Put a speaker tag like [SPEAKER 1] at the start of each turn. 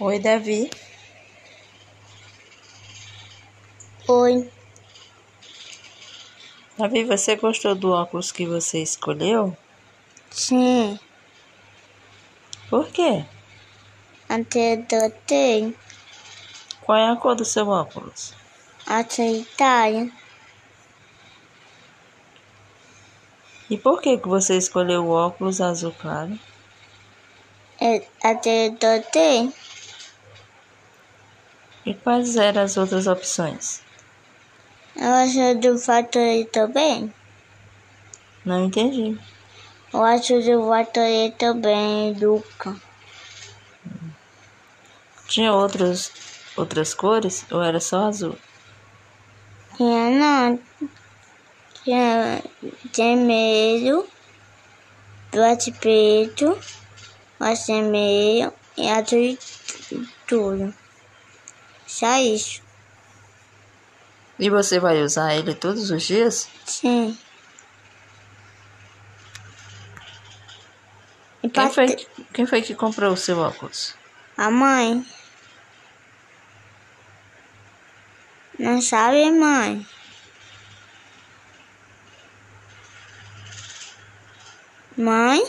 [SPEAKER 1] Oi, Davi.
[SPEAKER 2] Oi,
[SPEAKER 1] Davi, você gostou do óculos que você escolheu?
[SPEAKER 2] sim,
[SPEAKER 1] Por quê?
[SPEAKER 2] antedotei,
[SPEAKER 1] Qual é a cor do seu óculos?
[SPEAKER 2] aceitai,
[SPEAKER 1] E por que que você escolheu o óculos azul claro?
[SPEAKER 2] é, antedotei,
[SPEAKER 1] E quais eram as outras opções?
[SPEAKER 2] eu acho do fator também,
[SPEAKER 1] Não entendi.
[SPEAKER 2] eu acho do fator também, Luca,
[SPEAKER 1] Tinha outros, outras cores ou era só azul?
[SPEAKER 2] tinha é não, é tinha vermelho, bate preto, bate meio e azul e tudo, só isso,
[SPEAKER 1] E você vai usar ele todos os dias?
[SPEAKER 2] sim. E
[SPEAKER 1] Quem
[SPEAKER 2] pra
[SPEAKER 1] foi,
[SPEAKER 2] ter-
[SPEAKER 1] que- quem foi que comprou o seu óculos?
[SPEAKER 2] É A mãe. Não sabe, mãe? Mãe?